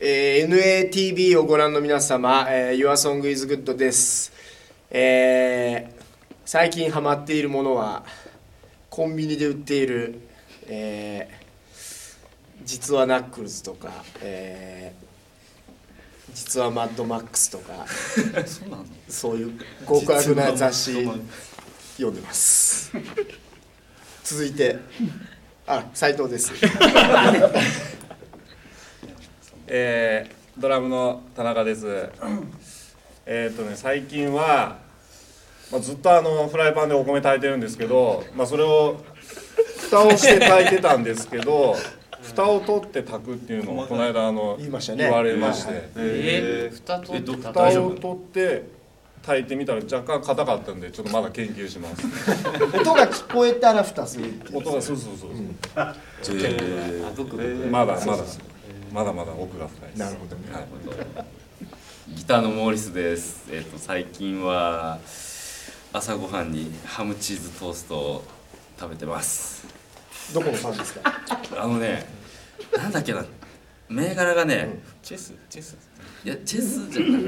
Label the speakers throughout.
Speaker 1: えー NATV をご覧の皆様、えー、YourSongIsGood です、えー最近ハマっているものはコンビニで売っている、えー実はナックルズとか、えー実はマッドマックスとか
Speaker 2: そうなの
Speaker 1: そういう極悪な雑誌読んでます 続いてあ斉藤です
Speaker 3: えードラムの田中です。えーっとね最近は、まあ、ずっとあのフライパンでお米炊いてるんですけど、まあ、それを蓋をして炊いてたんですけど蓋を取って炊くっていうのをこの間あの
Speaker 1: 言いましたね
Speaker 3: 言われまして、
Speaker 2: えー、蓋取ってた
Speaker 3: 蓋を取って炊いてみたら若干硬かったんでちょっとまだ研究します。
Speaker 1: 音が聞こえたら蓋するっていう
Speaker 3: 音がそうそうそう、
Speaker 2: ブクブク
Speaker 3: まだまだまだまだ奥が深いです。なるほどね。はい
Speaker 4: ギターのモーリスです。えっ、と最近は朝ごはんにハムチーズトーストを食べてます。
Speaker 1: どこのファンですか
Speaker 4: あのね、なんだっけな、銘柄がね、
Speaker 2: チェスチェス
Speaker 4: いやチェスじゃない、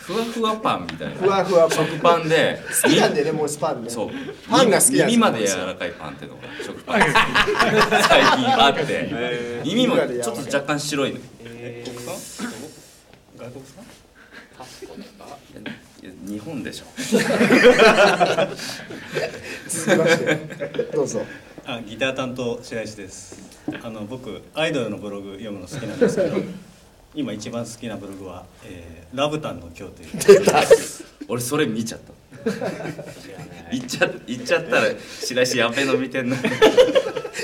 Speaker 4: ふわふわパンみたい な。
Speaker 1: ふわふわパン
Speaker 4: 食パンで、
Speaker 1: 好きなんでねもうスパンね
Speaker 4: そう。
Speaker 1: パンが好きなんです
Speaker 4: 耳まで柔らかいパンってのが食パン最近あって、耳もちょっと若干白いの。
Speaker 2: 国産外国産
Speaker 4: いやいや日本でしょ。
Speaker 1: 続きましてどうぞ
Speaker 5: あギター担当白石ですあの僕アイドルのブログ読むの好きなんですけ ど今一番好きなブログは「えーラブタンの今日」という
Speaker 4: 俺それ見ちゃった行っちゃ行っちゃったら白石やべえの見てんな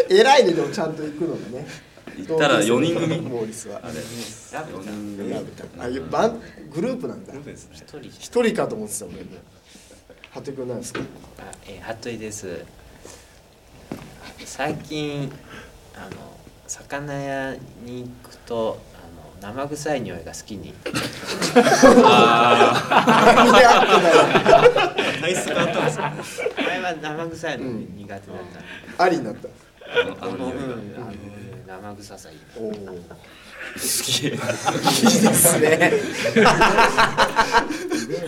Speaker 1: 偉いねでもちゃんと行くのがね
Speaker 4: 行ったら四人組
Speaker 1: モーリスは
Speaker 4: あれやべ
Speaker 1: ラブタあいやバングループなんだ
Speaker 5: ですね
Speaker 6: 一人し
Speaker 1: 一人かと思ってた俺も服部君なんですか
Speaker 6: か、えー、服部です最近あの魚屋に行くとあの生臭い匂いが好きに
Speaker 1: 何で合ってない
Speaker 5: 体質変わったんですか
Speaker 6: 前は生臭いのに苦手だった、
Speaker 1: ありになった
Speaker 4: あのあ
Speaker 6: あ
Speaker 4: の
Speaker 6: のうん
Speaker 4: 匂いが
Speaker 6: あの生臭さいい
Speaker 1: おお好きいいですね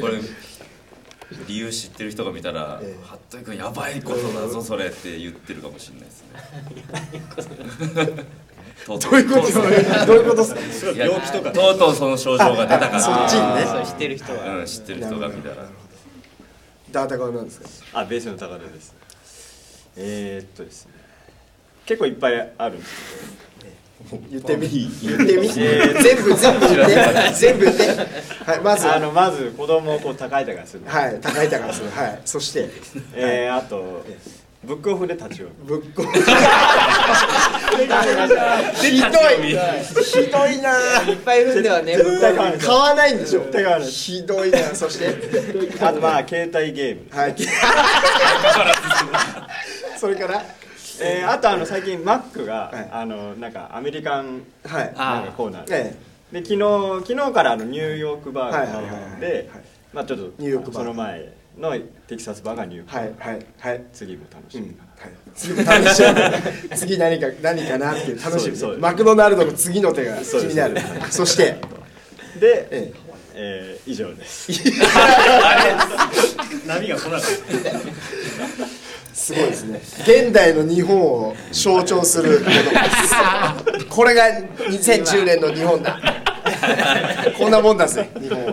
Speaker 4: これ理由知ってる人が見たら
Speaker 1: ええ
Speaker 4: 「服部君やばいことだぞそれ」って言ってるかもしれないですねとうと
Speaker 1: どういうことどういうことっすか
Speaker 4: いやとうとうその症状が出たから
Speaker 1: そっちにね
Speaker 6: そうしてる人は
Speaker 4: うん、知ってる人が見たら
Speaker 1: ダータ側なんですか
Speaker 7: あベースの高田ですえー、っとですね結構いっぱいあるんです
Speaker 1: 言ってみ言ってみ全部全部言って全部言ってはいま
Speaker 7: け
Speaker 1: ず
Speaker 7: どあ
Speaker 1: は
Speaker 7: のまず子供をこう高い高いする、
Speaker 1: はい高い高いするはいそして
Speaker 7: えー、あとブックオフで立ち読み
Speaker 1: ぶっ こひどいひどいな
Speaker 6: っぱいいるんではね
Speaker 7: 絶対買わない
Speaker 1: 買わないんでしょ
Speaker 7: 絶対買わない
Speaker 1: ひどいなそして
Speaker 7: あとまあ携帯ゲーム、
Speaker 1: はいそれから
Speaker 7: えー、あとあの最近マックが、
Speaker 1: はい
Speaker 7: あのなんかアメリカン
Speaker 1: はい
Speaker 7: なんかコーナーで,、
Speaker 1: え
Speaker 7: で昨日昨日からあのニューヨークバーガ
Speaker 1: はいはいはいは
Speaker 7: ー
Speaker 1: い
Speaker 7: で、
Speaker 1: はい
Speaker 7: まあちょっと
Speaker 1: ニューヨークバーガー
Speaker 7: その前のテキサスバーガーニューヨー
Speaker 1: え
Speaker 7: ク、
Speaker 1: はいはいはい
Speaker 7: 次も楽し
Speaker 1: うん
Speaker 7: み、
Speaker 1: はい次も楽しみ次何か何かなっていう楽し
Speaker 7: そうですそうで
Speaker 1: み
Speaker 7: す
Speaker 1: マクドナルドの次の手が気になる
Speaker 7: そ
Speaker 1: そ
Speaker 7: う
Speaker 1: して
Speaker 7: で、
Speaker 1: ええ
Speaker 7: えー、以上です
Speaker 5: 波が来なかった
Speaker 1: すごいですね現代の日本を象徴するものですこれが2010年の日本だこんなもんだぜ日本は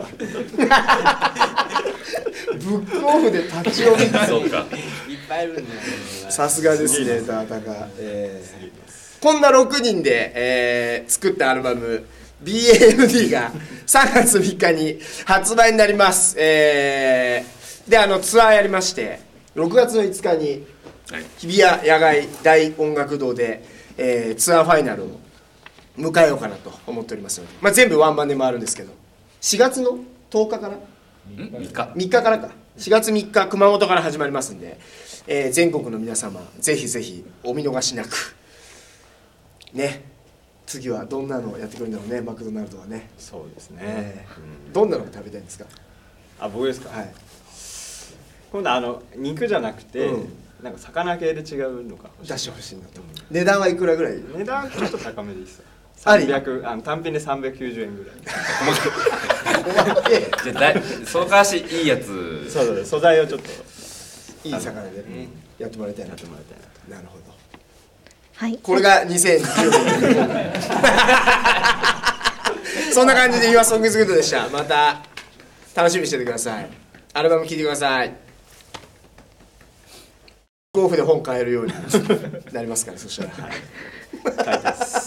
Speaker 1: ブックオフで立ち読み
Speaker 4: そうか
Speaker 6: いっぱいいるんで
Speaker 1: さすがですねダータが、えーこんな6人で、えー作ったアルバム BAMD が3月3日に発売になります、えーであのツアーやりまして6月の5日に
Speaker 4: はい
Speaker 1: 日比谷野外大音楽堂で、えーツアーファイナルを迎えようかなと思っておりますので、まあ、全部ワンマンで回るんですけど4月の10日から
Speaker 4: ん三日
Speaker 1: 3日からか4月3日熊本から始まりますんで、えー全国の皆様ぜひぜひお見逃しなくね次はどんなのやってくれるんだろうねマクドナルドはね、
Speaker 7: そうですね、
Speaker 1: えー
Speaker 7: うん
Speaker 1: どんなのが食べたいんですか
Speaker 7: あ僕ですか、
Speaker 1: はい
Speaker 7: 今度あの肉じゃなくて、
Speaker 1: うん
Speaker 7: なんか魚系で違うのか欲しい
Speaker 1: 出してほしいなと値段はいくらぐらい
Speaker 7: 値段ちょっと高めでいいっすよ
Speaker 1: あり
Speaker 7: 300あの単品で390円ぐらい
Speaker 4: じゃあだいそのかわしいいやつ
Speaker 7: そうだね素材をちょっと
Speaker 1: いい魚でやってもらいたいなと思ってなるほど
Speaker 8: はい。
Speaker 1: これが2020年 そんな感じで YourSongIsGood でしたまた楽しみにしててくださいアルバム聴いてくださいゴーフで本買えるようになりますからそしたら、はい
Speaker 7: 書いてます